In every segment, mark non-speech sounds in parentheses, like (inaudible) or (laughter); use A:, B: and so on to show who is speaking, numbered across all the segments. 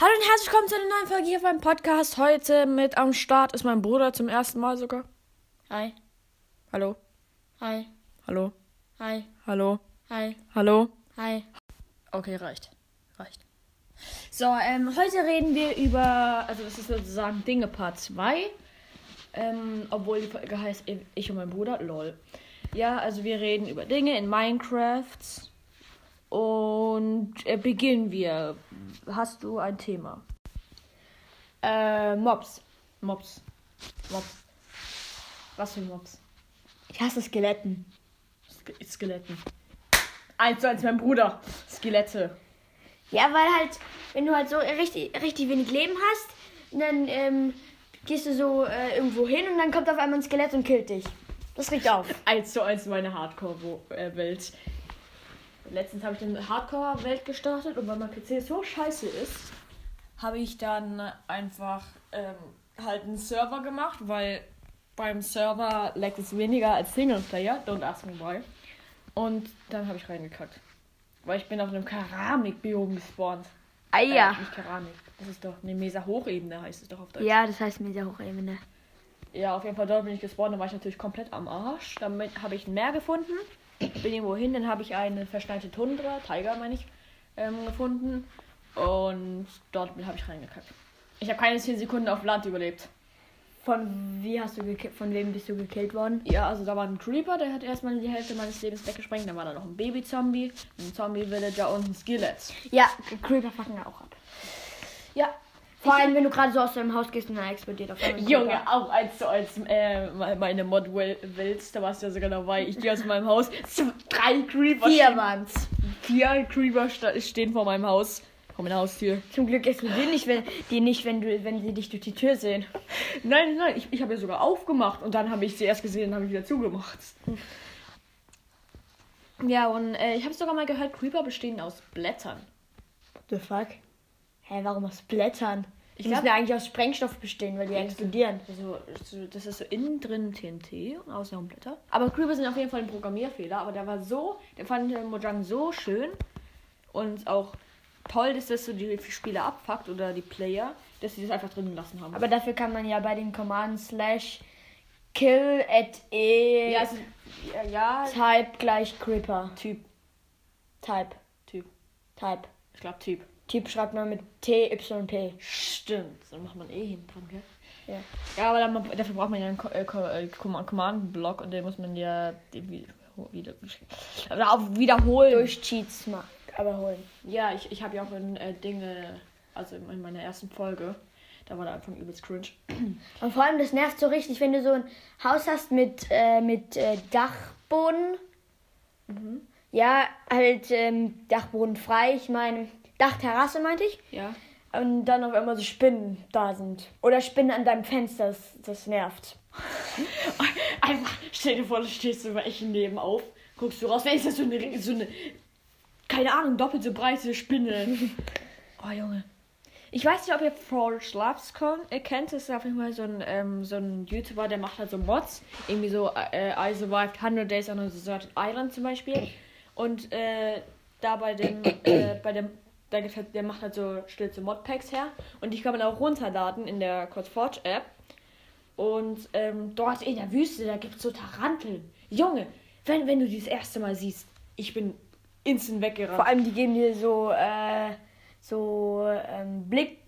A: Hallo und herzlich willkommen zu einer neuen Folge hier beim Podcast. Heute mit am Start ist mein Bruder zum ersten Mal sogar.
B: Hi,
A: Hallo,
B: hi,
A: hallo,
B: hi,
A: hallo,
B: hi,
A: hallo.
B: hi.
A: Okay, reicht. Reicht. So, ähm, heute reden wir über, also das ist sozusagen Dinge Part 2. Ähm, obwohl die Folge heißt Ich und mein Bruder, lol. Ja, also wir reden über Dinge in Minecraft. Und äh, beginnen wir. Hast du ein Thema?
B: Äh, Mobs.
A: Mobs. Mobs. Was für Mobs?
B: Ich hasse Skeletten.
A: Ske Skeletten. Eins zu eins, mein Bruder. Skelette.
B: Ja, weil halt, wenn du halt so richtig, richtig wenig Leben hast, dann ähm, gehst du so äh, irgendwo hin und dann kommt auf einmal ein Skelett und killt dich. Das riecht auf.
A: Eins zu eins meine Hardcore-Welt. Letztens habe ich eine Hardcore-Welt gestartet und weil mein PC so scheiße ist, habe ich dann einfach ähm, halt einen Server gemacht, weil beim Server lag es weniger als Singleplayer, don't ask me why. Und dann habe ich reingekackt. Weil ich bin auf einem Keramikbiom gespawnt. Äh, nicht Keramik. Das ist doch eine Mesa-Hochebene, heißt es doch auf Deutsch.
B: Ja, das heißt mit der Hochebene.
A: Ja, auf jeden Fall dort bin ich gespawnt, da war ich natürlich komplett am Arsch. Damit habe ich ein Meer gefunden, bin irgendwo hin, dann habe ich eine verschneite Tundra, Tiger meine ich, ähm, gefunden. Und dort bin- habe ich reingekackt. Ich habe keine 10 Sekunden auf Land überlebt.
B: Von wie hast du geki- von wem bist du gekillt worden?
A: Ja, also da war ein Creeper, der hat erstmal die Hälfte meines Lebens weggesprengt. Dann war da noch ein Baby-Zombie, ein Zombie-Villager und ein Skelett.
B: Ja, Creeper fucken auch ab.
A: Ja,
B: Vor allem, wenn du gerade so aus deinem Haus gehst und dann explodiert auf einmal ein
A: Junge,
B: Creeper.
A: auch eins zu eins äh, meine Mod-Welt, da warst du ja sogar dabei. Ich gehe aus meinem Haus, z- drei Creeper
B: Vier
A: stehen-
B: waren's.
A: Vier Creeper sta- stehen vor meinem Haus. Vor meiner Haustür.
B: Zum Glück explodieren nicht, wenn, die nicht, wenn, du, wenn sie dich durch die Tür sehen.
A: Nein, nein, ich, ich habe ja sogar aufgemacht und dann habe ich sie erst gesehen und habe ich wieder zugemacht. Ja, und äh, ich habe sogar mal gehört, Creeper bestehen aus Blättern.
B: The fuck? Hä, warum aus Blättern?
A: Ich
B: Die müssen
A: glaub-
B: ja eigentlich aus Sprengstoff bestehen, weil die explodieren.
A: Also, so- das ist so innen drin TNT und außenrum Blätter. Aber Creeper sind auf jeden Fall ein Programmierfehler, aber der war so, der fand äh, Mojang so schön und auch toll, dass das so die Spieler abfuckt oder die Player, dass sie das einfach drin gelassen haben.
B: Aber dafür kann man ja bei den Commands slash kill at e
A: ja, also, ja, ja,
B: type gleich Creeper.
A: Typ,
B: Type.
A: Typ.
B: Type.
A: Ich glaube Typ.
B: Typ schreibt man mit T, Y, P.
A: Stimmt, so macht man eh hinten dran, gell?
B: Ja.
A: Ja, aber dann, dafür braucht man ja einen Co- äh, Co- äh, Com- Command-Block und den muss man ja den wieder, wieder, aber auch wiederholen.
B: Durch Cheats mal. Aber holen.
A: Ja, ich, ich habe ja auch in äh, Dinge, also in, in meiner ersten Folge, da war der Anfang übelst cringe.
B: Und vor allem, das nervt so richtig, wenn du so ein Haus hast mit, äh, mit äh, Dachboden.
A: Mhm.
B: Ja, halt ähm, Dachboden frei. Ich meine, Dachterrasse meinte ich.
A: Ja.
B: Und dann auf einmal so Spinnen da sind. Oder Spinnen an deinem Fenster, das, das nervt.
A: (laughs) Einfach, stell dir vor, du stehst über Echen neben auf, guckst du raus, wer ist das so eine, so eine, keine Ahnung, doppelt so breite Spinne. oh, Junge. Ich weiß nicht, ob ihr Forge Labs kon- äh, kennt. Das ist auf jeden Fall so ein, ähm, so ein YouTuber, der macht halt so Mods. Irgendwie so äh, I Survived 100 Days on a Deserted Island zum Beispiel. Und äh, da bei dem, äh, bei dem, der, der macht halt so, stellt so Modpacks her. Und die kann man auch runterladen in der CodForge App. Und ähm, dort in der Wüste, da gibt es so Taranteln. Junge, wenn, wenn du die das erste Mal siehst, ich bin instant weggerannt.
B: Vor allem, die geben dir so, äh, so ähm, Blick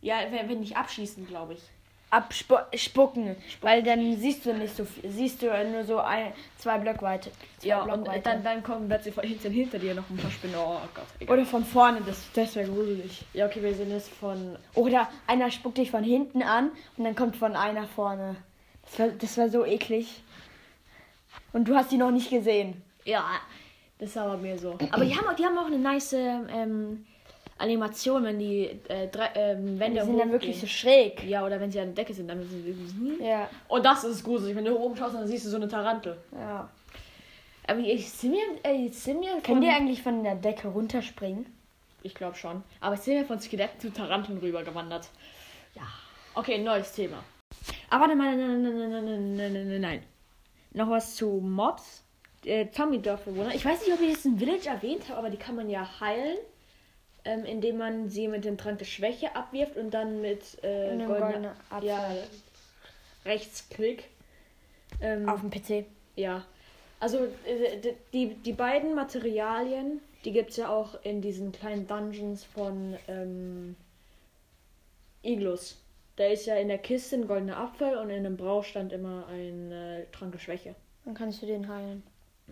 A: ja, wenn, wenn nicht abschießen, glaube ich.
B: abspucken. Spucken. Weil dann siehst du nicht so viel. Siehst du äh, nur so ein, zwei Blöcke weit. Zwei
A: Ja,
B: Block
A: und äh,
B: weit.
A: dann, dann kommen plötzlich von hinten hinter dir noch ein paar Spinnen. Oh Gott. Egal.
B: Oder von vorne, das, das wäre gruselig.
A: Ja, okay, wir sind jetzt von.
B: Oder einer spuckt dich von hinten an und dann kommt von einer vorne. Das war, das war so eklig. Und du hast die noch nicht gesehen.
A: Ja, das war bei mir so. Aber die haben, auch- die haben auch eine nice ähm, Animation, wenn die äh, drei, ähm,
B: Die
A: Wände
B: sind dann wirklich so
A: hochgehen.
B: schräg.
A: Ja, oder wenn sie an der Decke sind, dann sind sie Hm? irgendwie.
B: Ja,
A: Und Oh, das ist gruselig. Wenn du oben schaust, dann siehst du so eine Tarantel.
B: ja.
A: Aber ich sind wir, äh, ich sind wir
B: Können
A: von,
B: die eigentlich von der Decke runterspringen?
A: ich glaube schon. Aber ich sind wir von Skeletten zu Taranteln rübergewandert. Ja. Okay, neues Thema. Aber nein, nein, nein, nein, nein, nein, nein, nein, nein, nein, nein. Noch was zu Mobs. Äh, Zombie-Dorfbewohner. Ich weiß nicht, ob ich jetzt ein Village erwähnt habe, aber die kann man ja heilen. ähm, indem man sie mit dem Trank der Schwäche abwirft und dann mit äh,
B: Einem
A: goldener,
B: goldenen Apfel.
A: ja, Rechtsklick. Ähm,
B: Auf dem PC.
A: ja. Also äh, d- die, die beiden Materialien, die gibt es ja auch in diesen kleinen Dungeons von ähm, Iglus. Da ist ja in der Kiste ein goldener Apfel und in dem Brauch stand immer ein äh, Trank der Schwäche.
B: Dann kannst du den heilen.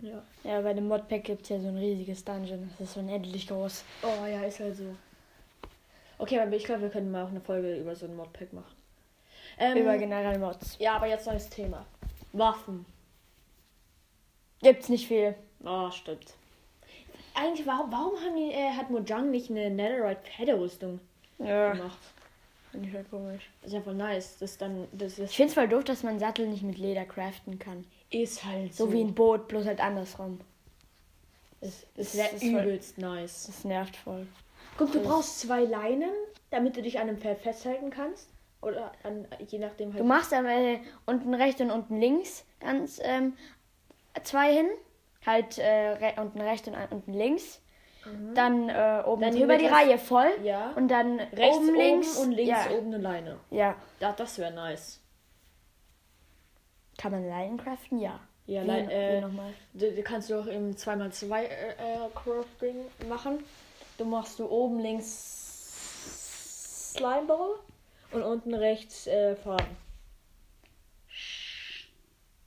A: Ja.
B: Ja, bei dem Modpack gibt es ja so ein riesiges Dungeon. Das ist unendlich groß.
A: Oh ja, ist halt so. Okay, aber ich glaube, wir können mal auch eine Folge über so ein Modpack machen. Ähm,
B: Über generell Mods.
A: ja, aber jetzt neues Thema. Waffen.
B: Gibt's nicht viel.
A: Ah, stimmt. Eigentlich, warum, warum haben die, äh, hat Mojang nicht eine Netherite-Pferderüstung
B: Ja.
A: gemacht?
B: Finde ich halt komisch.
A: Ist ja voll nice. Das dann, das,
B: Ich
A: das
B: finde es voll doof, dass man Sattel nicht mit Leder craften kann.
A: ist halt
B: So, wie ein Boot, bloß halt andersrum.
A: Es, es
B: Das
A: wäre
B: ist voll-
A: übelst nice. Also
B: Das nervt voll.
A: Guck, du brauchst zwei Leinen, damit du dich an einem Pferd festhalten kannst. Oder an, je nachdem
B: Du
A: halt.
B: machst aber äh, unten rechts und unten links ganz ähm, zwei hin. Halt äh, re unten rechts und ein- unten links. Dann äh,
A: Mhm.
B: oben
A: Dann
B: drüber die
A: jeweils-
B: Reihe voll.
A: Ja.
B: Und dann
A: Rechts
B: oben links.
A: und links
B: ja.
A: oben eine Leine.
B: ja.
A: Ja, das wäre nice.
B: Kann man Leinen craften? Ja.
A: Ja,
B: Wie-
A: Lein-
B: wie
A: äh,
B: nochmal?
A: Du, du kannst du auch im 2x2 äh, äh, Crafting machen. Du machst du oben links Slimeball und unten rechts äh, Faden.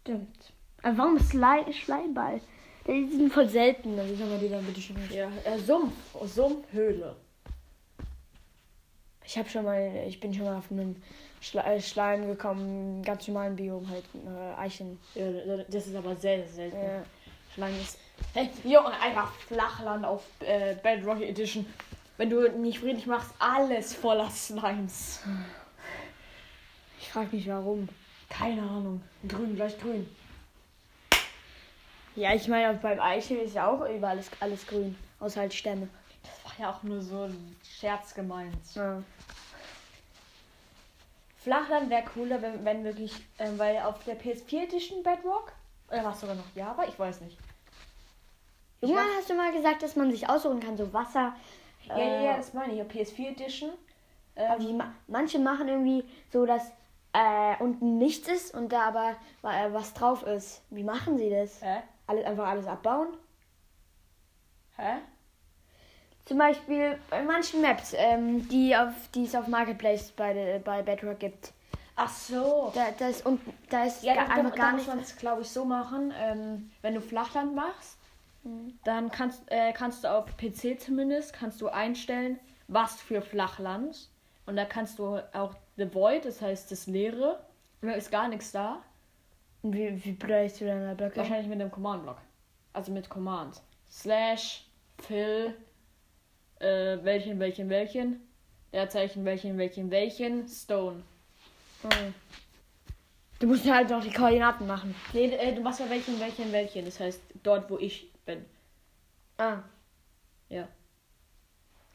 B: Stimmt. Aber warum Slei Schleimball? Die sind voll selten. Also soll man die dann bitte schon nicht.
A: Ja, äh, Sumpf, oh, Sumpfhöhle.
B: Ich habe schon mal, ich bin schon mal auf einen Schle äh, Schleim gekommen, ganz normalen Biom halt, äh, Eichen.
A: Ja, das ist aber sehr, sehr selten.
B: Ja.
A: Schleim ist. Hey, Junge, einfach Flachland auf äh, Bedrock Edition. Wenn du nicht friedlich machst, alles voller Slimes.
B: Ich frage mich warum.
A: Keine Ahnung. Grün gleich grün.
B: Ja, ich meine, beim Eichen ist ja auch überall alles, alles grün, außer halt Stämme.
A: Das war ja auch nur so ein Scherz gemeint.
B: Ja.
A: Flachland wäre cooler, wenn, wenn wirklich, ähm, weil auf der PS4 Edition Bedrock, oder war es sogar noch Java? Ich weiß nicht. Ich
B: Junge,
A: weiß-
B: hast du mal gesagt, dass man sich aussuchen kann, so Wasser.
A: Ja, ja,
B: äh,
A: ja, das meine ich. ja, PS4 Edition.
B: aber
A: Ähm,
B: die, ma- manche machen irgendwie so, dass äh, unten nichts ist und da aber äh, was drauf ist. Wie machen sie das?
A: hä?
B: Alles, einfach alles abbauen?
A: Hä?
B: Zum Beispiel bei manchen Maps, ähm, die, auf, die es auf Marketplace bei, der- bei Bedrock gibt.
A: Ach so.
B: Da, da ist unten, da ist
A: Ja,
B: gar,
A: da, da,
B: einfach
A: da
B: gar
A: muss
B: nichts.
A: man es, glaube ich, so machen. Ähm, wenn du Flachland machst,
B: Mhm.
A: dann kannst, äh, kannst du auf PC zumindest, kannst du einstellen, was für Flachland. Und da kannst du auch The Void, das heißt das Leere. Und da ist gar nichts da.
B: Und Wie, wie bläst du deine Blöcke?
A: Wahrscheinlich mit dem Command-Block. Also mit Command. Slash, fill, äh, welchen, welchen, welchen, Leerzeichen, welchen, welchen, welchen, Stone.
B: Hm. Du musst halt noch die Koordinaten machen.
A: Nee, äh, du machst ja welchen, welchen, welchen. Das heißt, dort, wo ich bin.
B: Ah.
A: Ja.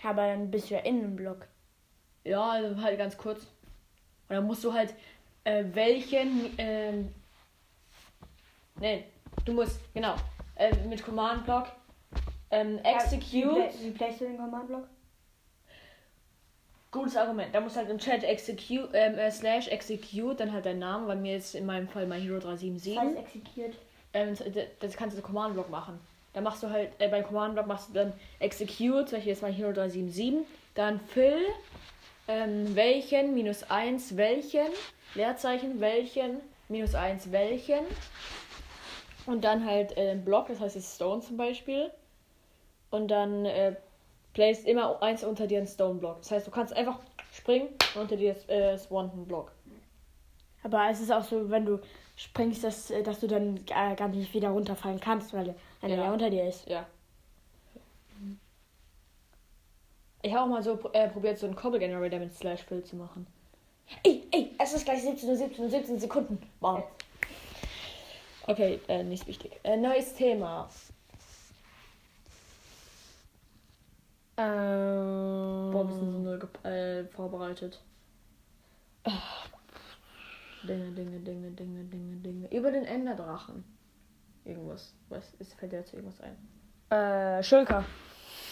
B: Aber dann bist du ja in einem Block.
A: Ja, also halt ganz kurz. Und dann musst du halt, äh, welchen, ähm, nee, du musst, genau, äh, mit Command-Block, ähm, execute.
B: Wie bläst du den Command-Block?
A: Gutes Argument. Da muss halt im Chat execute, ähm, äh, slash execute, dann halt dein Name, bei mir ist in meinem Fall mein Hero 377.
B: exekiert.
A: Ähm, das- das kannst du Command Block machen. Da machst du halt, äh, beim Command Block machst du dann execute, zum Beispiel jetzt mein Hero 377, dann fill, ähm, welchen, minus 1, welchen, Leerzeichen, welchen, minus 1, welchen. Und dann halt äh, Block, das heißt das Stone zum Beispiel. Und dann äh, place immer eins unter dir einen Stone Block. Das heißt, du kannst einfach springen und unter dir äh, Swanton Block.
B: Aber es ist auch so, wenn du springst, dass, äh, dass du dann äh, gar nicht wieder runterfallen kannst, weil einer
A: Ja.
B: ja unter dir ist.
A: Ja. Ich habe auch mal so pr- äh, probiert, so einen Cobble Generator mit Slash Fill zu machen. Ey, ey, es ist gleich 17 Uhr, 17 Uhr, 17 Sekunden. Wow. Okay, äh, nicht wichtig. Äh, neues Thema.
B: Ähm,
A: Boah, wir sind so null ge- äh, vorbereitet. Dinge, Dinge, Dinge, Dinge, Dinge, Dinge. Über den Enderdrachen. Irgendwas. Was? Es fällt dir jetzt irgendwas ein.
B: äh, Schulker.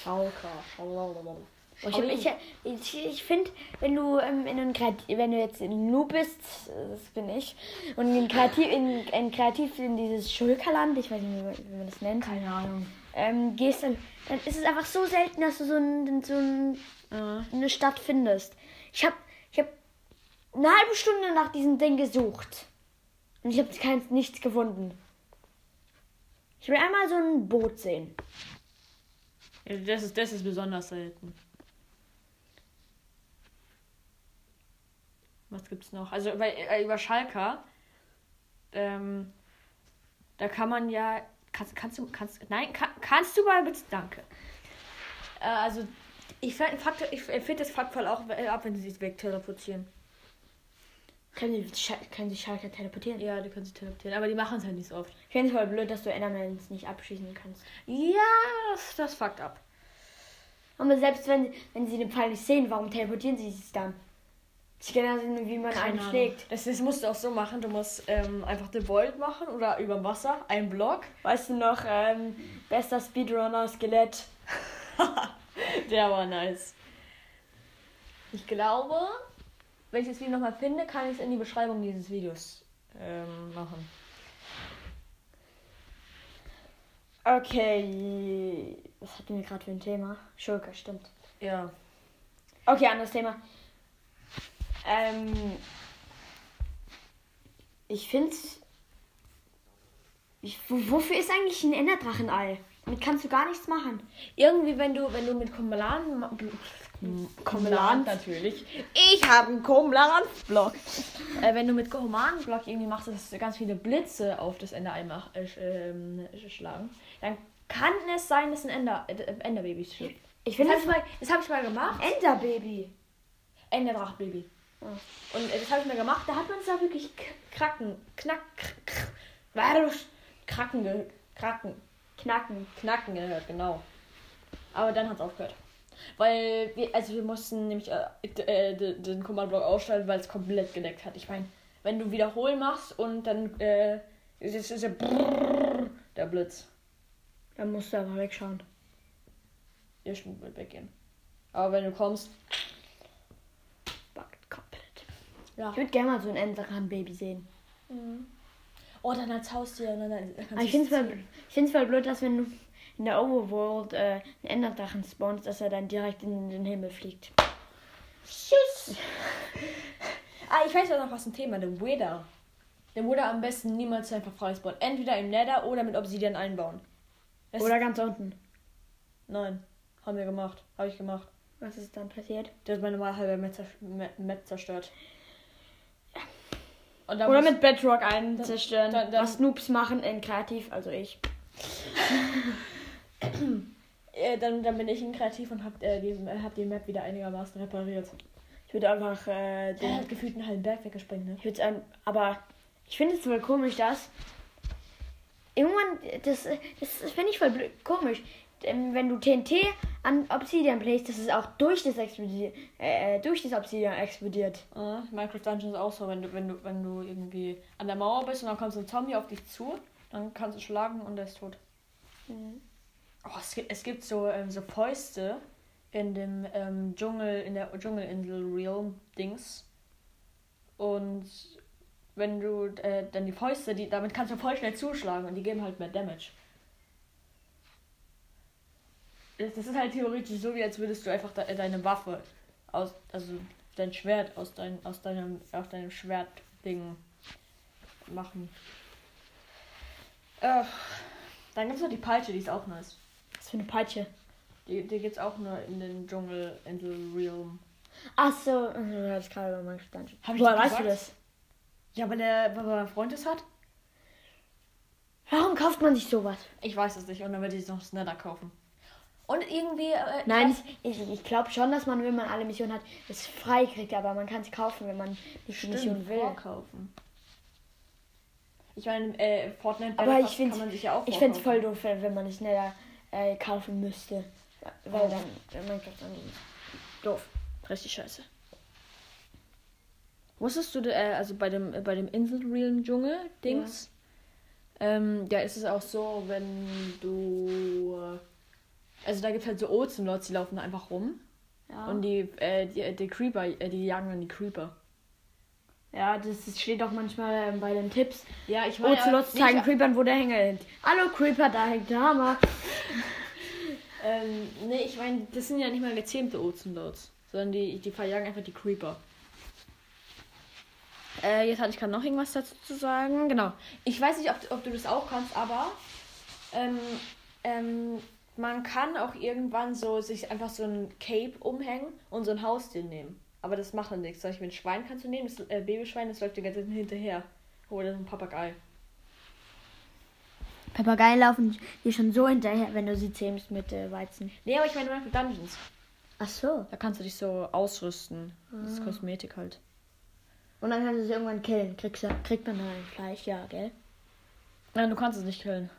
A: Schauka. Schauka.
B: Boah, Oh, ich hab- ich, ich, ich finde, wenn du ähm, in einem Kreativ, wenn du jetzt in Nu bist, äh, das bin ich, und in Kreativ, in, in Kreativ in dieses Schulkerland, ich weiß nicht, wie man, wie man das nennt,
A: Keine Ahnung.
B: ähm, gehst, dann, dann ist es einfach so selten, dass du so, ein, so ein,
A: Äh,
B: eine Stadt findest. Ich habe ich hab eine halbe Stunde nach diesem Ding gesucht. Und ich habe nichts gefunden. Ich will einmal so ein Boot sehen.
A: das, ist, das ist besonders selten. Was gibt's noch? Also bei, äh, über Schalker, ähm, da kann man ja. Kannst, kannst du. Kannst, nein, kann, kannst du mal bitte. Danke. Äh, also, ich finde ich, ich find das Faktfall auch äh, ab, wenn sie sich wegteleportieren.
B: Können die, Sch- können die Schalker teleportieren?
A: Ja, die können sich teleportieren, aber die machen es halt nicht so oft.
B: Ich finde es voll blöd, dass du Endermans nicht abschießen kannst.
A: Ja, das, das fuckt ab.
B: Aber selbst wenn, wenn sie den Pfeil nicht sehen, warum teleportieren sie sich dann? Das ist genauso wie man einen
A: Ahnung.
B: schlägt.
A: Das, das musst du auch so machen. Du musst ähm, einfach den Volt machen oder über Wasser einen Block.
B: Weißt du noch, ähm, bester Speedrunner Skelett.
A: Der war nice. Ich glaube, wenn ich das Video nochmal finde, kann ich es in die Beschreibung dieses Videos ähm, machen.
B: Okay. Was hatten wir gerade für ein Thema? Ah, Schurke, stimmt.
A: Ja.
B: Okay, anderes Thema. Ähm, ich finde. Ich, wo- wofür ist eigentlich ein Enderdrachenei? Damit kannst du gar nichts machen.
A: Irgendwie, wenn du, wenn du mit Komelan. ma- bl-
B: Komelan?
A: natürlich. Ich habe einen Komelan-Block. äh, wenn du mit Komelan-Block irgendwie machst, dass ganz viele Blitze auf das Ende einmach, äh, sch- ähm, sch- schlagen, dann kann es sein, dass ein Ender, äh, Enderbabys schlägt. Das
B: Ich finde
A: habe
B: das
A: ich, mal- das hab ich mal gemacht.
B: Enderbaby.
A: Enderdrachbaby.
B: Ah.
A: Und äh, das habe ich mir gemacht. Da hat man es da wirklich k- kracken, knack, kr- kr- warsch, kracken, ge- kracken,
B: Knacken.
A: knacken gehört, genau. Aber dann hat es aufgehört. Weil wir, also wir mussten nämlich äh, d- äh, d- den Command-Block ausschalten, weil es komplett gedeckt hat. Ich meine, wenn du wiederholen machst und dann äh, ist es ist ja brrrr, der Blitz.
B: Dann musst du aber wegschauen.
A: Ihr Schmuck wird weggehen. Aber wenn du kommst,
B: Backt komplett.
A: ja.
B: Ich würde gerne mal so ein Enderdrachenbaby sehen.
A: Oh, dann als Haustier. Dann, dann, dann
B: Aber ich finde es voll, ich find's voll blöd, dass wenn du in der Overworld äh, einen Enderdrachen spawnst, dass er dann direkt in den Himmel fliegt.
A: Tschüss. ah, ich weiß auch noch was ein Thema, der Wither. Der Wither am besten niemals einfach freispawnen. Entweder im Nether oder mit Obsidian einbauen. Das-
B: Oder ganz unten.
A: Nein, haben wir gemacht. Habe ich gemacht.
B: Was ist dann passiert?
A: Der hat meine Wahl halber Map, zerst- Map- Map zerstört. Und dann
B: Oder
A: muss-
B: mit Bedrock einen zerstören.
A: dann- dann-
B: was Noobs machen in Kreativ, also ich.
A: äh, dann, dann bin ich in kreativ und hab, äh, die, äh, hab die Map wieder einigermaßen repariert.
B: Ich würde einfach
A: Der
B: äh, den.
A: hat gefühlt einen halben Berg weggesprengt, ne?
B: Ich würde ein, aber ich finde es voll komisch, dass irgendwann das äh, das, das finde ich voll blöd, komisch, Ähm, wenn du TNT an Obsidian bläst, dass es auch durch das explodiert, äh, äh, durch das Obsidian explodiert.
A: Ah, Minecraft Dungeons ist auch so, wenn du, wenn du, wenn du irgendwie an der Mauer bist und dann kommt so ein Zombie auf dich zu, dann kannst du schlagen und er ist tot. Oh, es gibt, es gibt so, ähm, so Fäuste in dem ähm, Dschungel, in der Dschungelinsel Realm Dings. Und wenn du äh, dann die Fäuste, die, damit kannst du voll schnell zuschlagen und die geben halt mehr Damage. Das das ist halt theoretisch so, wie als würdest du einfach de deine Waffe aus, also dein Schwert aus, dein, aus deinem, aus deinem Schwertding machen. Äh, dann gibt's noch die Peitsche, die ist auch nice.
B: Was für eine Peitsche.
A: Die, die gibt's auch nur in den Dschungel, in the Realm.
B: Ach so, du hast gerade über Minecraft Dungeon.
A: Hab ich
B: Woher
A: das
B: weißt du
A: gesagt?
B: das?
A: Ja, weil der, weil mein Freund es hat?
B: Warum kauft man sich sowas?
A: Ich weiß es nicht. Und dann werde ich es noch schneller kaufen. Und irgendwie. Äh, ich
B: Nein,
A: weiß-
B: ich, ich glaube schon, dass man, wenn man alle Missionen hat, es frei kriegt, aber man kann es kaufen, wenn man nicht die Mission
A: Stimmt,
B: will.
A: vorkaufen. Ich meine, äh, Fortnite
B: Aber
A: Battle
B: ich
A: Pass
B: find's-
A: kann man sich ja auch
B: Ich fände es voll
A: vorkaufen.
B: doof, wenn wenn man es schneller äh, kaufen müsste. Weil dann äh, Minecraft dann doof.
A: Richtig scheiße. Wusstest du, äh, also bei dem, äh, bei dem Inselrealen Dschungel-Dings, ähm, da ist es auch so, wenn du. äh, Also da gibt es halt so Ozeanlords, die laufen da einfach rum.
B: Ja.
A: Und die, äh, die, die Creeper, äh, die jagen dann die Creeper.
B: ja, das ist- steht auch manchmal ähm, bei den Tipps.
A: Ja, ich
B: Ocelots
A: ja,
B: zeigen Creepern, wo der Hänger hängt. Hallo Creeper, da hängt der Hammer.
A: ähm, nee, ich meine, das sind ja nicht mal gezähmte Ozelots, sondern die, die verjagen einfach die Creeper. Äh, jetzt hatte ich gerade noch irgendwas dazu zu sagen. Genau. Ich weiß nicht, ob, ob du das auch kannst, aber ähm, ähm, man kann auch irgendwann so sich einfach so ein Cape umhängen und so ein Haustier nehmen. Aber das macht dann nichts. Zum Beispiel ein Schwein kannst du nehmen, das äh, Babyschwein, das läuft dir ganz hinterher. Oder so ein Papagei.
B: Papageien laufen dir schon so hinterher, wenn du sie zähmst mit äh, Weizen.
A: Nee, aber ich meine, manchmal Dungeons.
B: Ach so.
A: Da kannst du dich so ausrüsten. Das ist Kosmetik halt.
B: Und dann kannst du sie irgendwann killen. Kriegst, du- kriegt man dann ein Fleisch, ja, gell?
A: Nein, du kannst es nicht killen.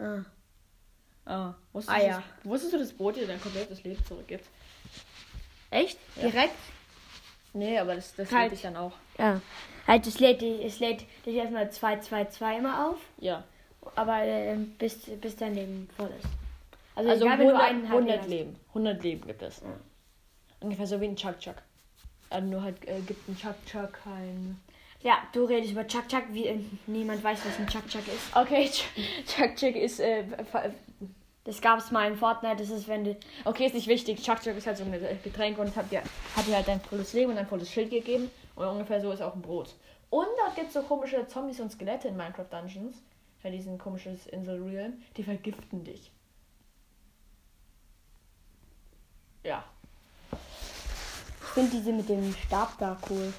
B: Ah.
A: Ah, wusstest,
B: Ah,
A: du,
B: ja.
A: das, wusstest du, dass Brot dir dein komplettes Leben zurückgibt?
B: Echt? Direkt?
A: Nee, aber das, das
B: Kalt.
A: hält dich dann auch.
B: Ja. Halt, es lädt, dich- es lädt dich erstmal 2-2-2 immer auf,
A: Ja.
B: aber ähm, bis, bis dein Leben voll ist. Also,
A: Also
B: egal, wenn du
A: 100,
B: einen
A: 100
B: hast.
A: Leben. 100 Leben gibt es. Ungefähr so wie ein Chuck-Chuck. Äh, nur halt äh, gibt ein Chuck-Chuck kein...
B: Ja, du redest über Chuck Chuck, wie äh, niemand weiß, was ein Chuck Chuck ist.
A: Okay, Ch- Chuck-Chuck ist... Äh, ver-
B: Das gab es mal in Fortnite, das ist, wenn du.
A: okay, ist nicht wichtig. Chuck-Chuck ist halt so ein Getränk und hat dir, hat dir halt dein volles Leben und dein volles Schild gegeben. Und ungefähr so ist auch ein Brot. Und dort gibt es so komische Zombies und Skelette in Minecraft Dungeons. Bei diesen komischen Insel Realm. Die vergiften dich. Ja.
B: Ich finde diese mit dem Stab da cool.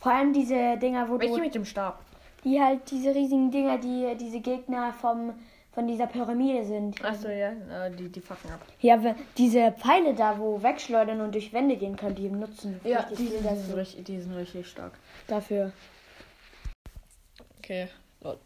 B: Vor allem diese Dinger, wo
A: Welche
B: du.
A: mit dem Stab?
B: Die halt diese riesigen Dinger, die äh, diese Gegner vom, von dieser Pyramide sind.
A: Achso, ja. Äh, die, die fucken ab.
B: Ja, we- diese Pfeile da, wo wegschleudern und durch Wände gehen können, die nutzen.
A: Ja,
B: richtig
A: die
B: viel
A: sind,
B: das-
A: richtig, die sind richtig stark.
B: dafür.
A: Okay, Lord.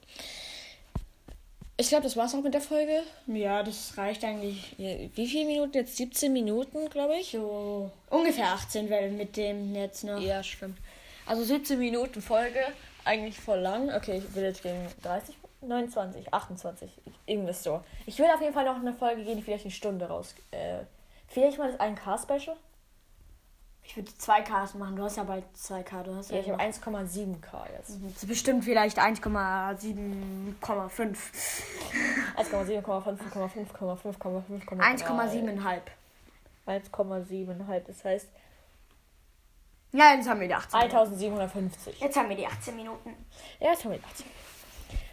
A: Ich glaube, das war's auch mit der Folge.
B: Ja, das reicht eigentlich.
A: Wie viele Minuten jetzt? 17 Minuten, glaube ich.
B: So ungefähr 18 Wellen mit dem ne? jetzt noch.
A: Ja, stimmt. Also 17 Minuten Folge, eigentlich voll lang. Okay, ich will jetzt gegen 30, 29, 28, irgendwas so. Ich will auf jeden Fall noch eine Folge gehen, die vielleicht eine Stunde raus. Äh, vielleicht mal das 1K-Special.
B: Ich würde 2Ks machen, du hast ja bald 2K, du hast
A: Ja, ich habe 1,7K jetzt.
B: bestimmt vielleicht 1,7,5.
A: 1,7,5, 5,5, 5,5,
B: 1,7,5.
A: 1,7,5. Das heißt
B: Ja, jetzt haben wir die 18.
A: 1750.
B: Jetzt haben wir die 18 Minuten.
A: Ja, das haben wir gedacht.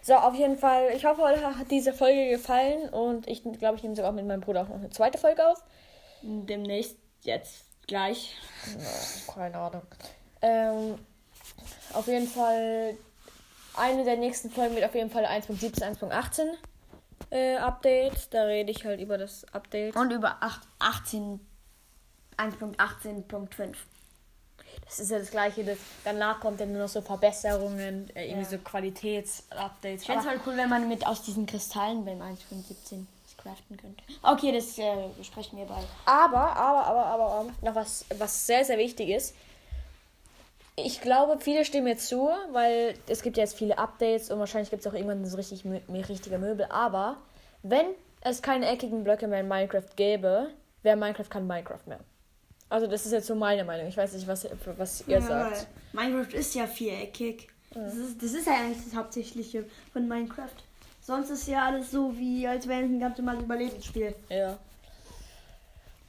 A: So, auf jeden Fall, ich hoffe, euch hat diese Folge gefallen und ich glaube, ich nehme sogar mit meinem Bruder auch noch eine zweite Folge auf.
B: Demnächst, jetzt, gleich.
A: Keine Ahnung. Ähm, auf jeden Fall, eine der nächsten Folgen wird auf jeden Fall 1.17, 1.18 äh, Update. Da rede ich halt über das Update.
B: Und über 8, 18. 1.18.5.
A: Das ist ja das gleiche, das, danach kommt dann nur noch so Verbesserungen, äh, irgendwie
B: Ja.
A: so Qualitätsupdates.
B: Ich fände es
A: Aber-
B: halt cool, wenn man mit aus diesen Kristallen beim 1.17 was craften könnte. Okay, das äh, besprechen wir bald.
A: Aber, aber, aber, aber, aber noch was, was sehr, sehr wichtig ist. Ich glaube, viele stimmen mir zu, weil es gibt ja jetzt viele Updates und wahrscheinlich gibt es auch irgendwann so richtig mö- mehr richtige Möbel. Aber wenn es keine eckigen Blöcke mehr in Minecraft gäbe, wäre Minecraft kein Minecraft mehr. Also das ist jetzt so meine Meinung. Ich weiß nicht, was, was ihr sagt.
B: Minecraft ist ja viereckig. Das, ist, das ist ja eigentlich das Hauptsächliche von Minecraft. Sonst ist ja alles so, wie als wäre es ein ganz normales Überlebensspiel.
A: Ja.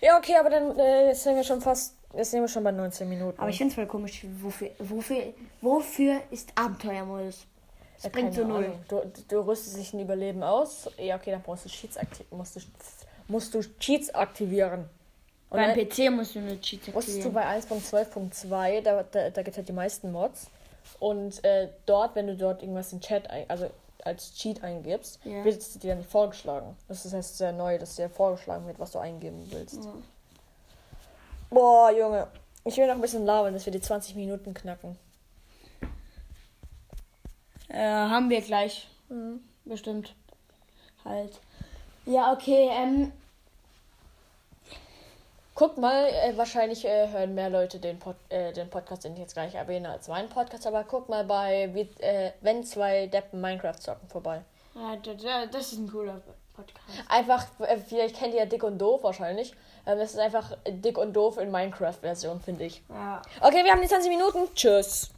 A: Ja, okay, aber dann äh, jetzt sind wir schon fast, jetzt sind wir schon bei 19 Minuten.
B: Aber ich finde es voll komisch, wofür, wofür, wofür ist Abenteuermodus? Das
A: Ja,
B: bringt so
A: keine
B: null.
A: Ahnung. Du, du rüstest dich ein Überleben aus. Ja, okay, dann brauchst du Cheats akti- musst du, musst du Cheats aktivieren. Und dann
B: PC musst du eine Cheats
A: musstest du bei 1.12.2, da, da, da gibt es halt die meisten Mods. Und äh, dort, wenn du dort irgendwas in Chat, ein, also als Cheat eingibst,
B: Ja.
A: wird es dir dann vorgeschlagen. Das ist heißt sehr neu, dass dir vorgeschlagen wird, was du eingeben willst. Boah, Junge. Ich will noch ein bisschen labern, dass wir die 20 Minuten knacken.
B: Äh, haben wir gleich. Bestimmt. Halt. Ja, okay, ähm,
A: Guckt mal, äh, wahrscheinlich äh, hören mehr Leute den, Pod, äh, den Podcast, den ich jetzt gleich erwähne, als meinen Podcast, aber guckt mal bei, wie, äh, wenn zwei Deppen Minecraft zocken vorbei.
B: äh, d- d- das ist ein cooler
C: Podcast.
A: Einfach, äh, vielleicht kennt ihr ja Dick und Doof wahrscheinlich. Ähm, es ist einfach Dick und Doof in Minecraft-Version, finde ich.
C: Ja.
A: Okay, wir haben die 20 Minuten. Tschüss.